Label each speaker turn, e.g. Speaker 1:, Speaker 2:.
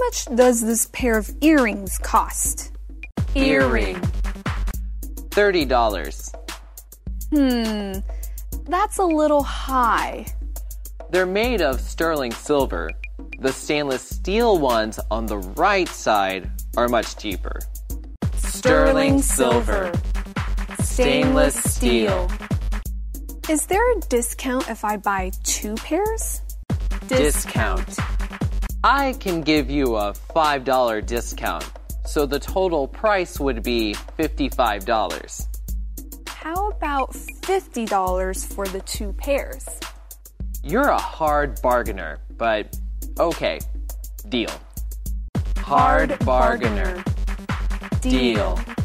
Speaker 1: much does this pair of earrings cost?
Speaker 2: Earring. $30.
Speaker 1: Hmm, that's a little high.
Speaker 2: They're made of sterling silver. The stainless steel ones on the right side are much cheaper. Sterling silver. Stainless steel.
Speaker 1: Is there a discount if I buy two pairs?
Speaker 2: Discount. I can give you a $5 discount, so the total price would be $55.
Speaker 1: How about $50 for the two pairs?
Speaker 2: You're a hard bargainer, but okay, deal. Deal.